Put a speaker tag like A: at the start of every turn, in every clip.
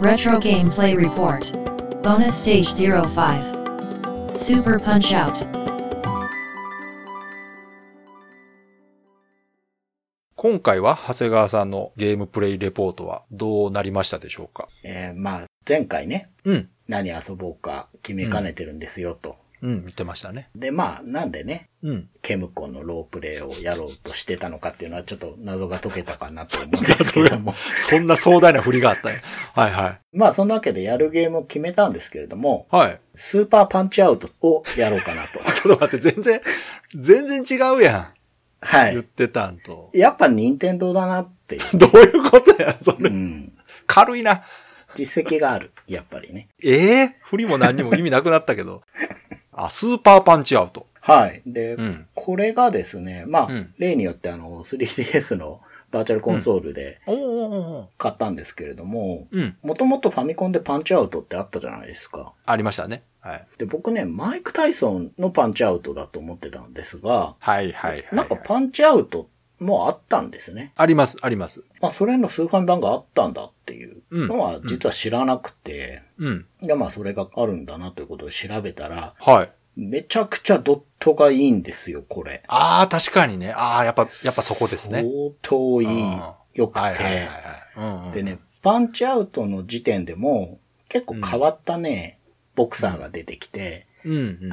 A: Retro Gameplay Report. Bonus Stage 05. Super Punch Out.
B: 今回は長谷川さんのゲームプレイレポートはどうなりましたでしょうか
C: えーまあ、前回ね、
B: うん。
C: 何遊ぼうか決めかねてるんですよと。
B: うん、見てましたね。
C: で、まあ、なんでね、
B: うん。
C: ケムコンのロープレイをやろうとしてたのかっていうのはちょっと謎が解けたかなと思うんですけども。
B: そんな壮大な振りがあったね。はいはい。
C: まあ、そんなわけでやるゲームを決めたんですけれども、
B: はい。
C: スーパーパンチアウトをやろうかな と。
B: ちょっと待って、全然、全然違うや
C: は
B: ん。言っ
C: い。
B: てたんと。
C: やっぱ任天堂だなっていう。
B: どういうことや、 そうれ。
C: ん。
B: 軽いな。
C: 実績がある。やっぱりね。
B: ええ振りも何にも意味なくなった けど。あ、スーパーパンチアウト。
C: はい。で、
B: うん。
C: これがですね、まあ、
B: うん
C: 例によってあの、3DS のバーチャルコンソールで
B: おーおーおーおー
C: 買ったんですけれども、
B: うん。
C: もともとファミコンでパンチアウトってあったじゃないですか。
B: ありましたね。はい。
C: で、僕ね、マイク・タイソンのパンチアウトだと思ってたんですが、
B: はいはいはい、はい。
C: なんかパンチアウトもあったんですね。
B: あります、あります。
C: まあ、それのスーファミ版があったんだっていう
B: うん
C: のは実は知らなくて、
B: うん。
C: で、まあ、それがあるんだなということを調べたら、
B: はい。
C: めちゃくちゃドットがいいんですよ、これ。
B: ああ、確かにね。ああ、やっぱ、やっぱそこですね
C: 相。当いい
B: あ、
C: 良くて、
B: はいはいはいはい。うんうん
C: でね、、パンチアウトの時点でも、結構変わったね、ボクサーが出てきて、
B: うん、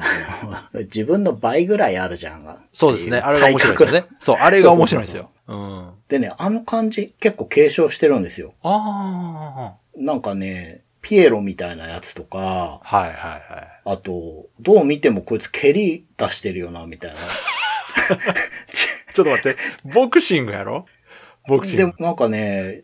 B: うん。
C: 自分の倍ぐらいあるじゃんが。
B: そうですね。
C: ってい
B: あれが面白いですよ
C: 体
B: ね
C: 格。
B: そう、あれが面白いんですよ。うん。あ
C: でね、あの感じ結構継承してるんですよ。
B: あ
C: なんかね、ピエロみたいなやつとか
B: ー。、はいはいはい。
C: あと、どう見てもこいつ蹴り出してるよな、みたいな。
B: ちょっと待って、ボクシングやろボクシ
C: で
B: ン
C: も
B: グ。
C: なんかね、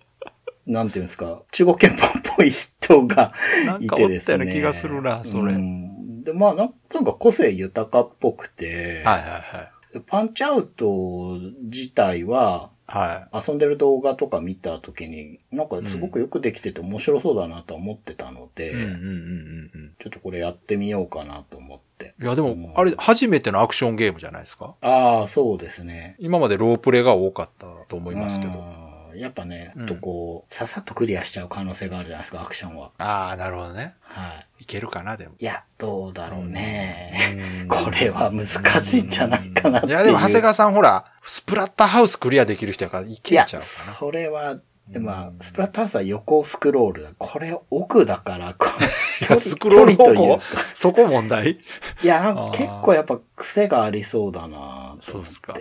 C: なんていうんですか、中国拳法っぽい人が
B: なん
C: い
B: かお
C: て
B: っ
C: です
B: たよ
C: ね。
B: うな気がするな、それ。
C: う
B: はい
C: んで、まあ、なんなんか個性豊かっぽくて、
B: はいはい。
C: パンチアウト自体は、
B: はい。
C: 遊んでる動画とか見た時に、なんかすごくよくできてて面白そうだなと思ってたので、
B: うんうんうんうん
C: ちょっとこれやってみようかなと思って。
B: うん。いやでも、あれ、初めてのアクションゲームじゃないですか
C: ああ、そうですね。
B: 今までロープレが多かったと思いますけ
C: う
B: ど。
C: んやっぱね、
B: うん
C: とこう、ささっとクリアしちゃう可能性があるじゃないですか、アクションは。
B: ああ、なるほどね。
C: はい
B: けるかな、でも。
C: い。いや、どうだろうね。
B: うん
C: これは難しいんじゃないかなって
B: い
C: いう。
B: やでも、長谷川さんほら、スプラッターハウスクリアできる人やから、いけちゃうか
C: いや、
B: な。
C: それは、でもまあ
B: うん
C: スプラッターさん横スクロールだ。これ奥だから、こ
B: いや
C: れ。
B: スクロール方
C: 距離という
B: 向
C: か
B: そこ問題
C: いや、なんか
B: あー
C: 結構やっぱ癖がありそうだなと
B: そう
C: 思
B: っ
C: って。
B: すか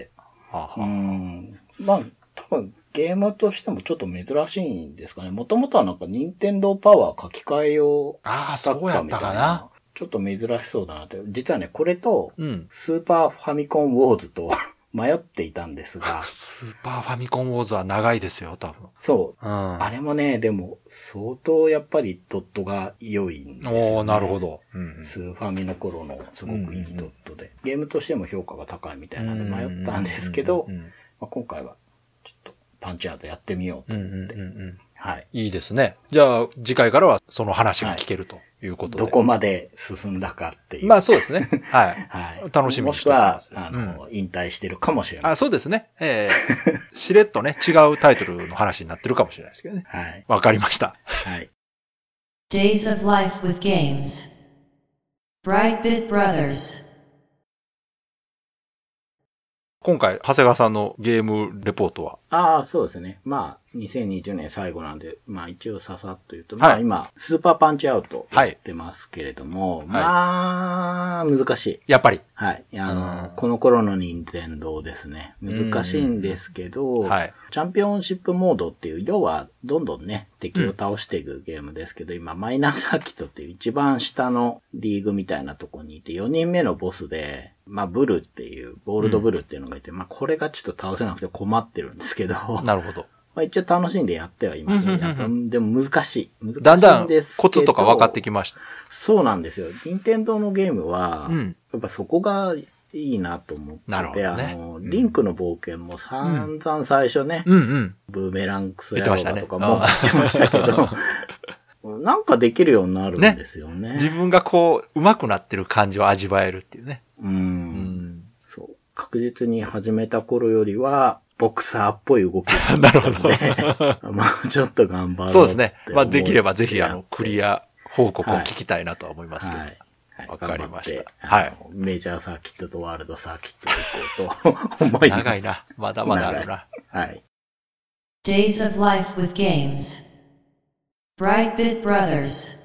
C: うーん。まあ、多分ゲームとしてもちょっと珍しいんですかね。もともとはなんか任天堂パワー書き換えよう
B: ああ、
C: だ
B: そ
C: っ
B: うや
C: た
B: っ
C: み
B: た
C: た
B: か
C: いな
B: な。。
C: ちょっと珍しそうだなって。実はね、これと、
B: うん。、
C: スーパーファミコンウォーズと 迷っていたんですが
B: スーパーファミコンウォーズは長いですよ、多分。
C: そう。
B: うん。
C: あれもね、でも、相当やっぱりドットが良いんですよ、ね。
B: おおなるほど。うん
C: スーファミの頃のすごくいいドットで、ゲームとしても評価が高いみたいなんで迷ったんですけど、
B: う
C: ま
B: ん
C: あ、今回はちょっとパンチアウトやってみよう
B: うん
C: と
B: うん
C: 思って、
B: うんうん
C: はい。
B: いいですね。じゃあ、次回からはその話が聞けるということで。
C: どこまで進んだかっていう。
B: まあそうですね。はい。
C: はい。
B: 楽しみ
C: も
B: にし
C: しく
B: て
C: は
B: ま、す
C: あの、引退してるかもしれない。
B: あ、そうですね。ええしれっとね、違うタイトルの話になってるかもしれないですけどね。
C: はい。
B: わかりました。
C: はい。
A: Days of Life with Games. Brightbit Brothers.
B: 今回、長谷川さんのゲームレポートは、
C: ああ、そうですね。まあ、2020年最後なんで、まあ一応ささっと言うと、
B: はい
C: まあ今、スーパーパンチアウト
B: は
C: や
B: い
C: ってますけれども、まあ、難しい。
B: やっぱり。
C: はい。あの、
B: うん
C: この頃の任天堂ですね。難しいんですけど、
B: んはい
C: チャンピオンシップモードっていう、要はどんどんね、敵を倒していくゲームですけど、今、マイナーサーキットっていう一番下のリーグみたいなとこにいて、4人目のボスで、まあ、ブルっていう、ボールドブルっていうのがいて、まあ、これがちょっと倒せなくて困ってるんですけど、 ま
B: なるほど。
C: あ一応楽しんでやってはいます
B: う
C: よ。
B: んうんうんうん
C: やっぱでも難しい。難しいんですけど。
B: だんだんコツとか分かってきました。
C: そうなんですよ。任天堂のゲームは、
B: うん
C: やっぱそこがいいなと思ってて、
B: なるほどね
C: あの、リンクの冒険も散々最初ね、
B: うんうん。
C: ブーメランクス
B: 言っ
C: や
B: てま
C: ろう
B: した
C: だ
B: ね
C: とかも言ってましたけど、 なんかできるようになるんですよね。
B: 自分がこう、上手くなってる感じを味わえるっていうね。
C: うん
B: うん。
C: そう。確実に始めた頃よりは、ボクサーっぽい動きだったので。
B: なるほど。
C: もうちょっと頑張ろうって思って。
B: そうですね。まあ、できればぜひ、あの、クリ
C: ア
B: ア報告を聞きたいなとは思いますけど。
C: はい。はい
B: わかりました
C: 頑張って
B: はい
C: あのメジャーサーキットとワールドサーキット行こうと思います。
B: 長いな。。まだまだあるな。
C: はい。
A: Days of Life with Games. Brightbit Brothers.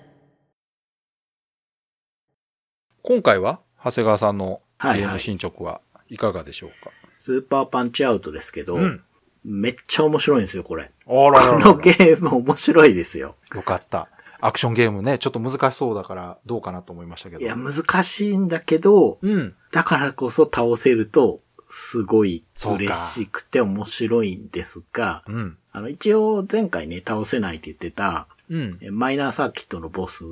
B: 今回は、長谷川さんのゲ
C: はい
B: ー
C: は
B: ム
C: い
B: 進捗はいかがでしょうか、
C: スーパーパンチアウトですけど、
B: うん
C: めっちゃ面白いんですよ、これ。
B: あらら
C: こ
B: ら
C: のゲーム面白いですよ。
B: よかった。アクションゲームね、ちょっと難しそうだから、どうかなと思いましたけど。
C: いや、難しいんだけど、
B: うん。
C: だからこそ倒せると、すごい
B: そうか
C: 嬉しくて面白いんですが、
B: うん。
C: あの、一応前回ね、倒せないって言ってた、
B: うん。
C: えマイナーサーキットのボス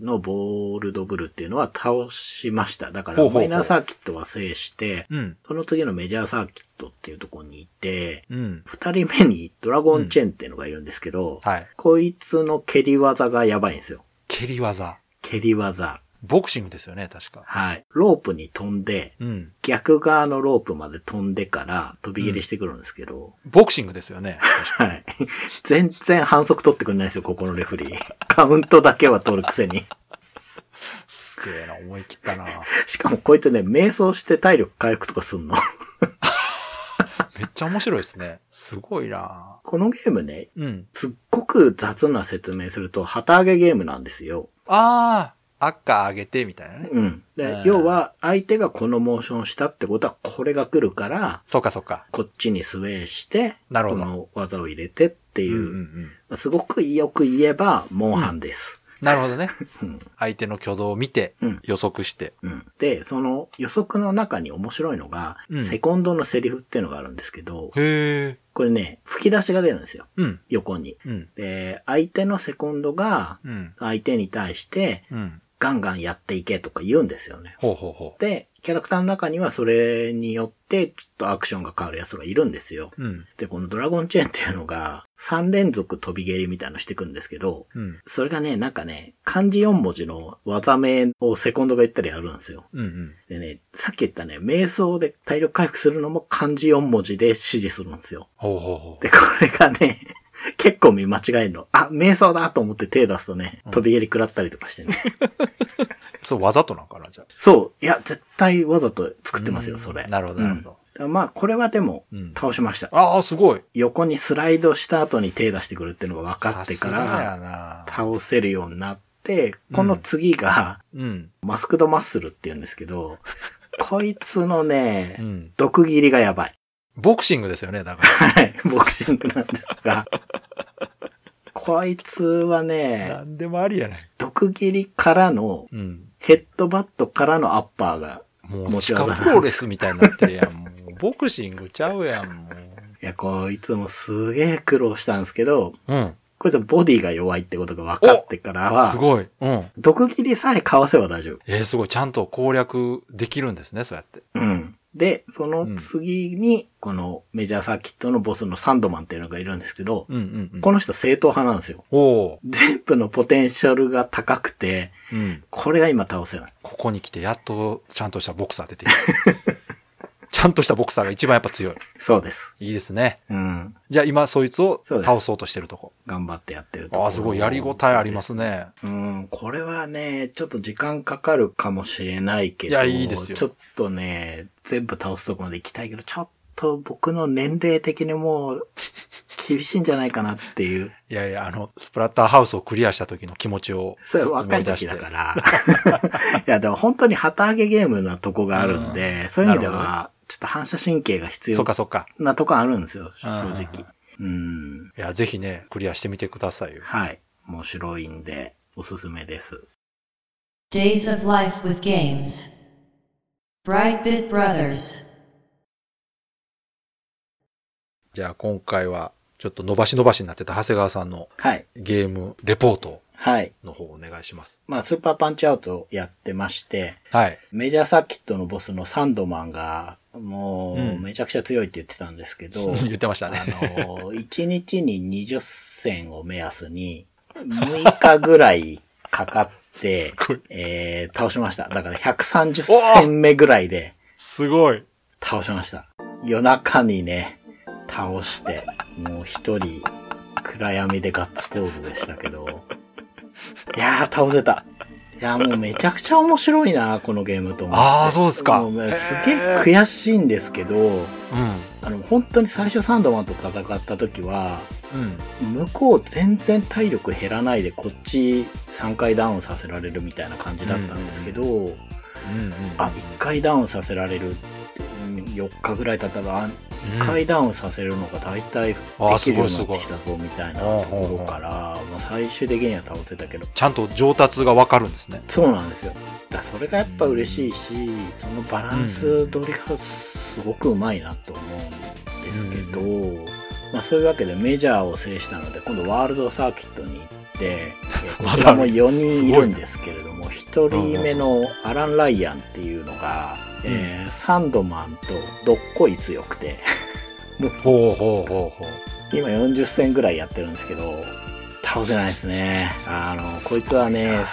C: のボールドブルっていうのは倒しました。だか
B: ほう
C: ら、
B: ほうほう
C: マイナーサーキットは制して、
B: うん。
C: その次のメジャーサーキットっていうところにいて、
B: うん。
C: 二人目にドラゴンチェンっていうのがいるんですけど、
B: はい。
C: こいつの蹴り技がやばいんですよ。
B: 蹴り技。
C: 蹴り技。
B: ボクシングですよね、確か。
C: はい。ロープに飛んで、
B: うん。
C: 逆側のロープまで飛んでから飛び蹴りしてくるんですけど、
B: ボクシングですよね。
C: はい。全然反則取ってくんないですよ、ここのレフ リー。カウントだけは取るくせに。
B: すげえな、思い切ったな。
C: しかもこいつね、瞑想して体力回復とかすんの。
B: めっちゃ面白いですね。すごいな。
C: このゲームね、
B: うん。
C: すっごく雑な説明すると、旗揚げゲームなんですよ。
B: ああ、赤上げて、みたいなね。
C: うん。
B: う
C: で
B: ん、
C: 要は、相手がこのモーションしたってことは、これが来るから、
B: そうか、そうか。
C: こっちにスウェーして、
B: なるほ
C: こ
B: ど
C: の技を入れてって
B: う
C: い
B: んう
C: う、
B: ん。
C: すごくよく言えば、モンハンです。
B: なるほどね。
C: うん。
B: 相手の挙動を見て
C: うん、
B: 予測して。
C: うん。で、その予測の中に面白いのが、
B: うん
C: セコンドのセリフっていうのがあるんですけど、
B: へえ。
C: これね、吹き出しが出るんですよ。
B: うん。
C: 横に。
B: うん。
C: で、相手のセコンドが、
B: うん。
C: 相手に対して、
B: うん。
C: ガンガンやっていけとか言うんですよね。
B: ほうほうほ
C: で、キャラクターの中にはそれによって、ちょっとアクションが変わるやつがいるんですよ。
B: う。うん。
C: で、このドラゴンチェーンっていうのが、3連続飛び蹴りみたいのしていくんですけど、
B: うん。
C: それがね、なんかね、漢字4文字の技名をセコンドが言ったりやるんですよ。
B: うんうん。
C: でね、さっき言ったね、瞑想で体力回復するのも漢字4文字で指示するんですよ。
B: ほうほうほう。
C: で、これがね、 結構見間違えるの。あ、瞑想だと思って手出すとね、飛び蹴り食らったりとかしてね。
B: そう、わざとなんかな、じゃあ。
C: そう。いや、絶対わざと作ってますよ、
B: うん
C: それ。
B: なるほどなるほど
C: うんまあ、これはでも
B: うん、
C: 倒しました。
B: ああ、すごい。
C: 横にスライドした後に手出してくるっていうのが分かってか
B: さすがや
C: ら、
B: な
C: 倒せるようになって、この次が、
B: うん。
C: マスクドマッスルって言うんです けど、こいつのね
B: う、ん。
C: 毒斬りがやばい。
B: ボクシングですよね、だから。
C: はい、ボクシングなんですが。こいつはね、
B: んでもありやない。
C: 毒斬りからの、
B: うん。
C: ヘッドバットからのアッパーが、
B: もう、
C: 持
B: 地
C: ち
B: 下
C: 技
B: プロレスみたいになってるやん。もう、 ボクシングちゃうやん、も
C: いや、こいつもすげえ苦労したんですけど、
B: う。うん。
C: こいつはボディが弱いってことが分かってから
B: す
C: は、
B: ごい。うん。
C: 毒斬りさえかわせば大丈夫。
B: えー、すごい。ちゃんと攻略できるんですね、そうやって。
C: うん。で、その次に、このメジャーサーキットのボスのサンドマンっていうのがいるんですけど、
B: うんうんうん。
C: この人正統派なんですよ。
B: おお
C: 全部のポテンシャルが高くて、
B: ー。うん。
C: これが今倒せない。
B: ここに来て、やっと、ちゃんとしたボクサー出てきた。 ちゃんとしたボクサーが一番やっぱ強い。
C: そうです。
B: いいですね。
C: うん。
B: じゃあ今、そいつを
C: そうです
B: 倒そうとしてるとこ。
C: 頑張ってやってるところ
B: ああ、すごい。やりごたえありますね。
C: うん、これはね、ちょっと時間かかるかもしれないけど、
B: いやいいですよ
C: ちょっとね、全部倒すとこまで行きたいけど、ちょっと僕の年齢的にもう、厳しいんじゃないかなっていう。
B: いやいや、あの、スプラッターハウスをクリアした時の気持ちを。
C: それ若い時だから。 いや、でも本当に旗揚げゲームなとこがあるんで、そういう意味で
B: なるほ
C: は、ちょっと反射神経が必
B: そ
C: 要
B: っかそっか。
C: なとこあるんですよ、正
B: うん
C: 直。うん。
B: いや、ぜひね、クリアしてみてくださいよ。
C: はい。面白いんで、おすすめです。
A: Days of Life with Games. Brightbit Brothers.
B: じゃあ今回は、ちょっと伸ばし伸ばしになってた長谷川さんの
C: はい。
B: ゲームレポート
C: はい。
B: の方お願いします。
C: まあ、スーパーパンチアウトやってまして、
B: はい。
C: メジャーサーキットのボスのサンドマンが、も
B: うん
C: う、めちゃくちゃ強いって言ってたんです けど、
B: 言ってました
C: あ
B: ね。
C: の、1日に20戦を目安に、6日ぐらいかか って、
B: ごい。
C: えー、倒しました。だから130戦目ぐらいです
B: ごい。
C: 倒しました。夜中にね、倒して、もう一人、暗闇でガッツポーズでしたけど。いやー、倒せた。いやーもうめちゃくちゃ面白いな、このゲームと思って。
B: あーそうですか
C: もうすげ
B: へ
C: え
B: ー
C: 悔しいんですけど、
B: う
C: あの、本当に最初サンドマンと戦った時は、
B: ん。うん。
C: 向こう全然体力減らないでこっち3回ダウンさせられるみたいな感じだったんですけど、
B: うん、うん。
C: あ、1回ダウンさせられるってうん4日ぐらい経ったら、あ1回ダウンさせるのが大体で
B: あ
C: き
B: す
C: るよ
B: ご
C: う
B: い
C: に
B: す
C: なっ
B: ご
C: て
B: い
C: き。たぞみたいなところから、まあ最終的には倒せたけど、
B: ちゃんと上達がわかるんですね。
C: そうなんですよ。だからそれがやっぱ嬉しいし、そのバランス取りがすごくうまいなと思うんですけど、まあそういうわけでメジャーを制したので、今度ワールドサーキットに行って、え ーこちらも4人いるんですけれども、1人目のアラン・ライアンっていうのが、
B: うん
C: えーサンドマンとどっこい強くて、
B: ほうほうほうほう。
C: 今40戦ぐらいやってるんですけど、倒せないですね。あの、
B: す
C: こ
B: ごい
C: い
B: な
C: つはね、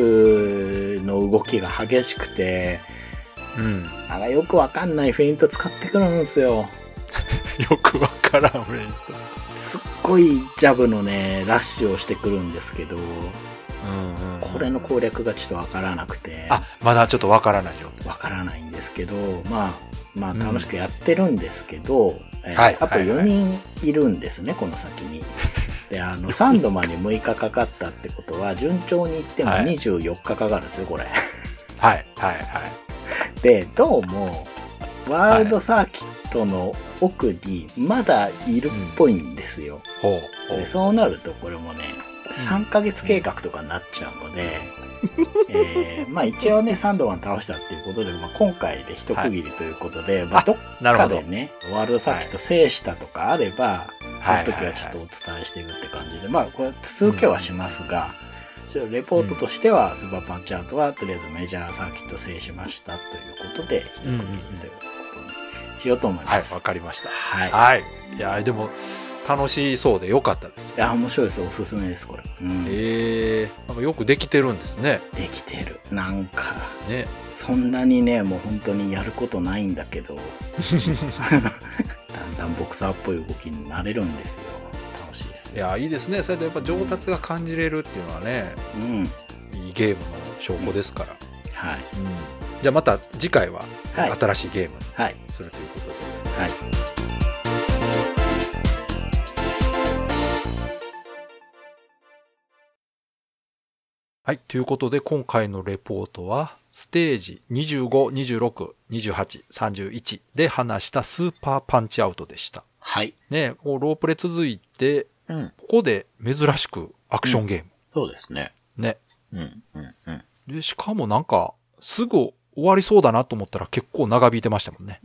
C: 左右の動きが激しくて、
B: うん。
C: あらよくわかんないフェイント使ってくるんです
B: よ
C: よ。
B: くわからん、俺。
C: すっごいジャブのね、ラッシュをしてくるんですけど、
B: うん、うん。
C: これの攻略がちょっとわからなくて、わ
B: あ、まだちょっとわからない状態。
C: からないんですけど、まあ、まあ
B: うん
C: 楽しくやってるんですけど、えー
B: はい
C: あと
B: はいはい
C: 4人いるんですね、この先に。で、 あの、サンドマンに6日かかったってことは、順調にいっても
B: はい
C: 24日かかるんですよ、これ。
B: はい、はい、はい。
C: でどうもワールドサーキットの奥にまだいるっぽいんですよ、
B: ほうほ
C: で
B: う。
C: そうなるとこれもね3ヶ月計画とかになっちゃうので、 えーまあ一応ねサンドマン倒したっていうことで、まあ、今回で一区切りということで、まあ、どっ
B: なる
C: か
B: ほど。
C: でねワールドサーキット制したとかあれば、
B: はい
C: その時はちょっとお伝えしていくって感じで、まあこれ続けはしますが、ちょっとレポートとしては、スーパーパンチャートはとりあえずメジャーサーキット制しましたということで、
B: うんうんうん
C: 一区切りということにしようと思い
B: は
C: ま
B: い、
C: す。
B: わかりました。
C: はい。
B: はい。いや、でも、楽しそうでよかったです。
C: いや、面白いです。おすすめです、これ。うん。で
B: ええなんかよくできてるんですね。
C: きてる。なんか、
B: ね。
C: そんなにね、もう本当にやることないんだ けど、だんだんボクサーっぽい動きになれるんですよ。楽しいです
B: い
C: よ。
B: や、いいですね。それでやっぱ上達が感じれるっていうのはね、
C: うん。
B: いいゲームの証拠ですから。
C: はい。
B: うんじゃあまた次回は
C: はい
B: 新しいゲームに
C: はい。
B: するということで。
C: はい。
B: はい。ということで、今回のレポートは、ステージ25、26、28、31で話したスーパーパンチアウトでした。
C: はい。
B: ね、こうロープレ続いて、
C: うん。
B: ここで珍しくアクションゲーム。
C: そうですね。
B: ね。
C: うん、うん、 うん。
B: で、しかもなんか、すぐ終わりそうだなと思ったら結構長引いてましたもんね。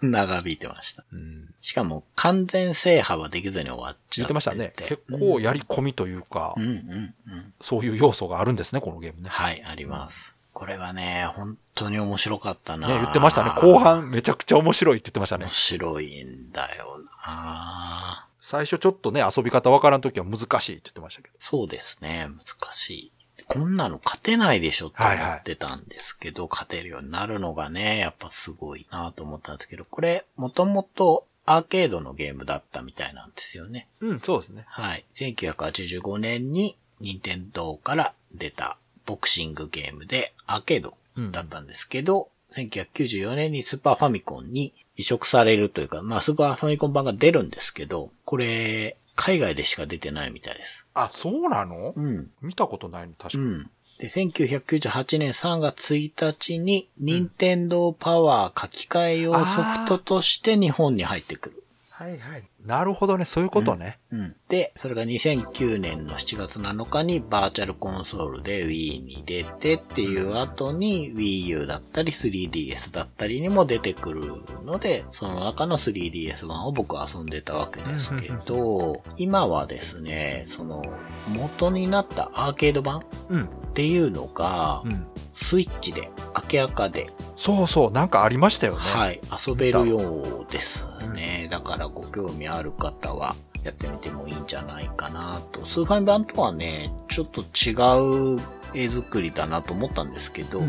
C: 長引いてました。
B: うん。
C: しかも、完全制覇はできずに終わっち
B: 言っ
C: ゃってて
B: ましたね。結構やり込みというか、
C: うん、うん、うん。
B: そういう要素があるんですね、このゲームね。
C: はい、あります。これはね、本当に面白かったな、
B: ね、言ってましたね。後。半めちゃくちゃ面白いって言ってましたね
C: 面。白いんだよな
B: 最初ちょっとね、遊び方わからんときは難しいって言ってましたけど。
C: そうですね、難しい。こんなの勝てないでしょって思ってたんですけど、勝てるようになるのがね、やっぱすごいなと思ったんですけど、これ、もともとアーケードのゲームだったみたいなんですよね。
B: うん、そうですね。
C: はい。1985年に任天堂から出たボクシングゲームでアーケードだったんですけど、1994年にスーパーファミコンに移植されるというか、まあスーパーファミコン版が出るんですけど、これ、海外でしか出てないみたいです。
B: あ、そうなの
C: うん。
B: 見たことないの、確か
C: う
B: に。
C: ん。で、1998年3月1日に、任天堂パワー書き換え用ソフトとして日本に入ってくる。
B: はいはい。なるほどね、そういうことね。
C: うん。で、それが2009年の7月7日にバーチャルコンソールで Wii に出てっていう後に Wii U だったり 3DS だったりにも出てくるので、その中の 3DS 版を僕は遊んでたわけですけど、今はですね、その元になったアーケード版っ
B: うん。
C: ていうのが
B: う、ん。
C: スイッチで、明らかで
B: そうそう、なんかありましたよね。
C: はい、遊べるようですね。だからご興味ある方はやってみてもいいんじゃないかなと。スーファミ版とはね、ちょっと違う絵作りだなと思ったんですけど、
B: う、
C: うん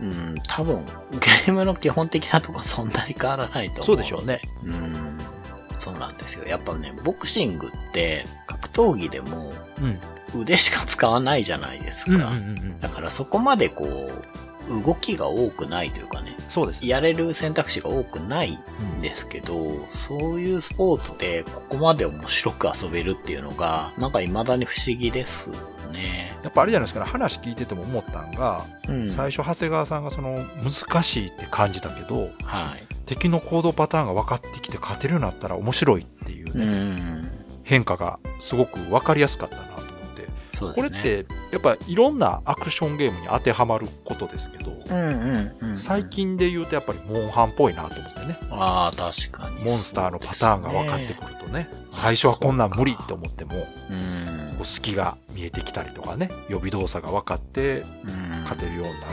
B: うん
C: ん、。多分ゲームの基本的なとこはそんなに変わらないと思う。
B: そうでしょうね。
C: うん。そうなんですよ。やっぱね、ボクシングって格闘技でも
B: うん。
C: 腕しか使わないじゃないですか。
B: うんうん
C: だからそこまでこう、動きが多くないというかね、
B: そうですね。
C: やれる選択肢が多くないんですけど、そういうスポーツでここまで面白く遊べるっていうのが、なんか未だに不思議ですね。
B: やっぱあれじゃないですかね、話聞いてても思ったんが、
C: うん。
B: 最初、長谷川さんがその難しいって感じたけど、
C: はい。
B: 敵の行動パターンが分かってきて勝てるようになったら面白いっていう
C: う
B: ね、
C: ん。
B: 変化がすごく分かりやすかったなと思って、
C: そう
B: こ
C: で
B: れ
C: すね。
B: ってやっぱいろんなアクションゲームに当てはまることですけど、
C: うんうんうんうん。
B: 最。近で言うとやっぱりモンハンっぽいなと思ってね、
C: ああ、確かに。
B: モンスターのパターンが分かってくるとね、最初はこんなん無理って思っても、
C: る。うん
B: こう。隙が見えてきたりとかね、予備動作が分かって
C: うん
B: 勝てるようになるってい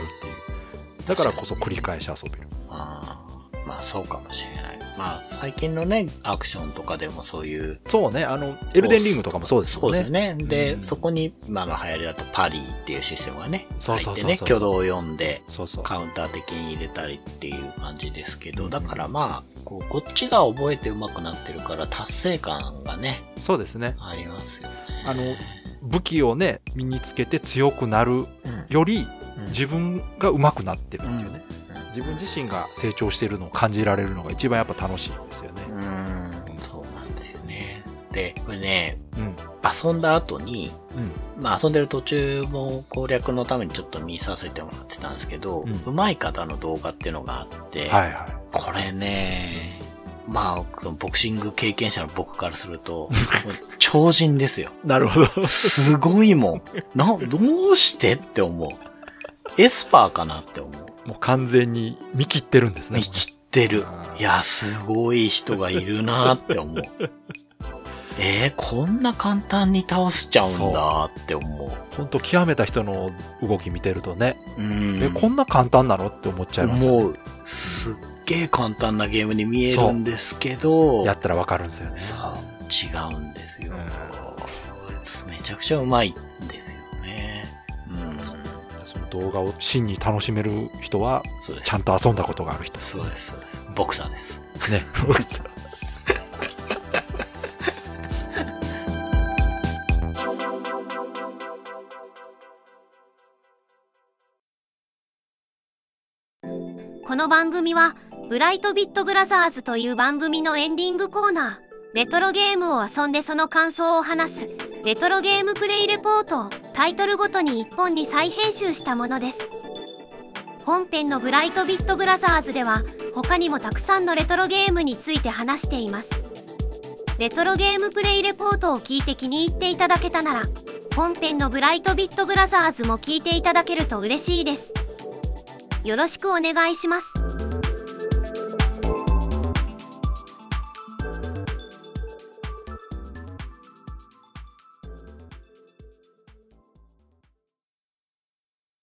B: う。だからこそ繰り返し遊べる。
C: あーまあそうかもしれない。まあ最近のね、アクションとかでもそういう。
B: そうね、あの、エルデンリングとかもそうです
C: そ
B: よ
C: うです
B: ね。
C: ね。で、
B: うん
C: そこに今の流行りだとパリーっていうシステムがね、
B: そう
C: 入
B: そうそう
C: っ
B: そ
C: て
B: う
C: ね、挙動を読んで、
B: そうそう。
C: カウンター的に入れたりっていう感じですけ
B: う
C: ど、
B: ん
C: だからまあ、こうこっちが覚えて上手くなってるから達成感がね、
B: そうですね。
C: ありますよね。
B: あの武器をね、身につけて強くなる
C: うん、
B: より、
C: うん
B: 自分が上手くなってるっていうね。
C: うん
B: 自分自身が成長してるのを感じられるのが一番やっぱ楽しいんですよね。
C: うーん、そうなんですよね。で、これね、
B: うん。
C: 遊んだ後に、
B: うん。
C: まあ遊んでる途中も攻略のためにちょっと見させてもらってたんですけど、
B: うん
C: うまい方の動画っていうのがあって、
B: はいは
C: これね、まあ、そのボクシング経験者の僕からすると、もう 超人ですよ。
B: い。なるほど。
C: すごいもん。な、どうしてって思う。エスパーかなって思う。
B: もう完全に見切ってるんですね。
C: 見切ってる
B: あ。ー
C: いや、すごい人がいるなって思う。えー、こんな簡単に倒しちゃうんだって思う。
B: ほんと極めた人の動き見てるとね、
C: うん。
B: え、こんな簡単なのって思っちゃいますよね
C: もう、すっげえ簡単なゲームに見えるんですけど、
B: やったらわかるんですよね。
C: そう、違うんですよ
B: う。
C: めちゃくちゃうまいんですよね。うん。
B: その動画を真に楽しめる人は、
C: そうで
B: ちゃんと遊んだことがある 人。
C: す。そうです。そうです。ボクサーです。
B: ね。
D: この番組はブライトビットブラザーズという番組のエンディングコーナーレトロゲームを遊んでその感想を話すレトロゲームプレイレポートをタイトルごとに1本に再編集したものです本編のブライトビットブラザーズでは他にもたくさんのレトロゲームについて話していますレトロゲームプレイレポートを聞いて気に入っていただけたなら本編のブライトビットブラザーズも聞いていただけると嬉しいですよろしくお願いします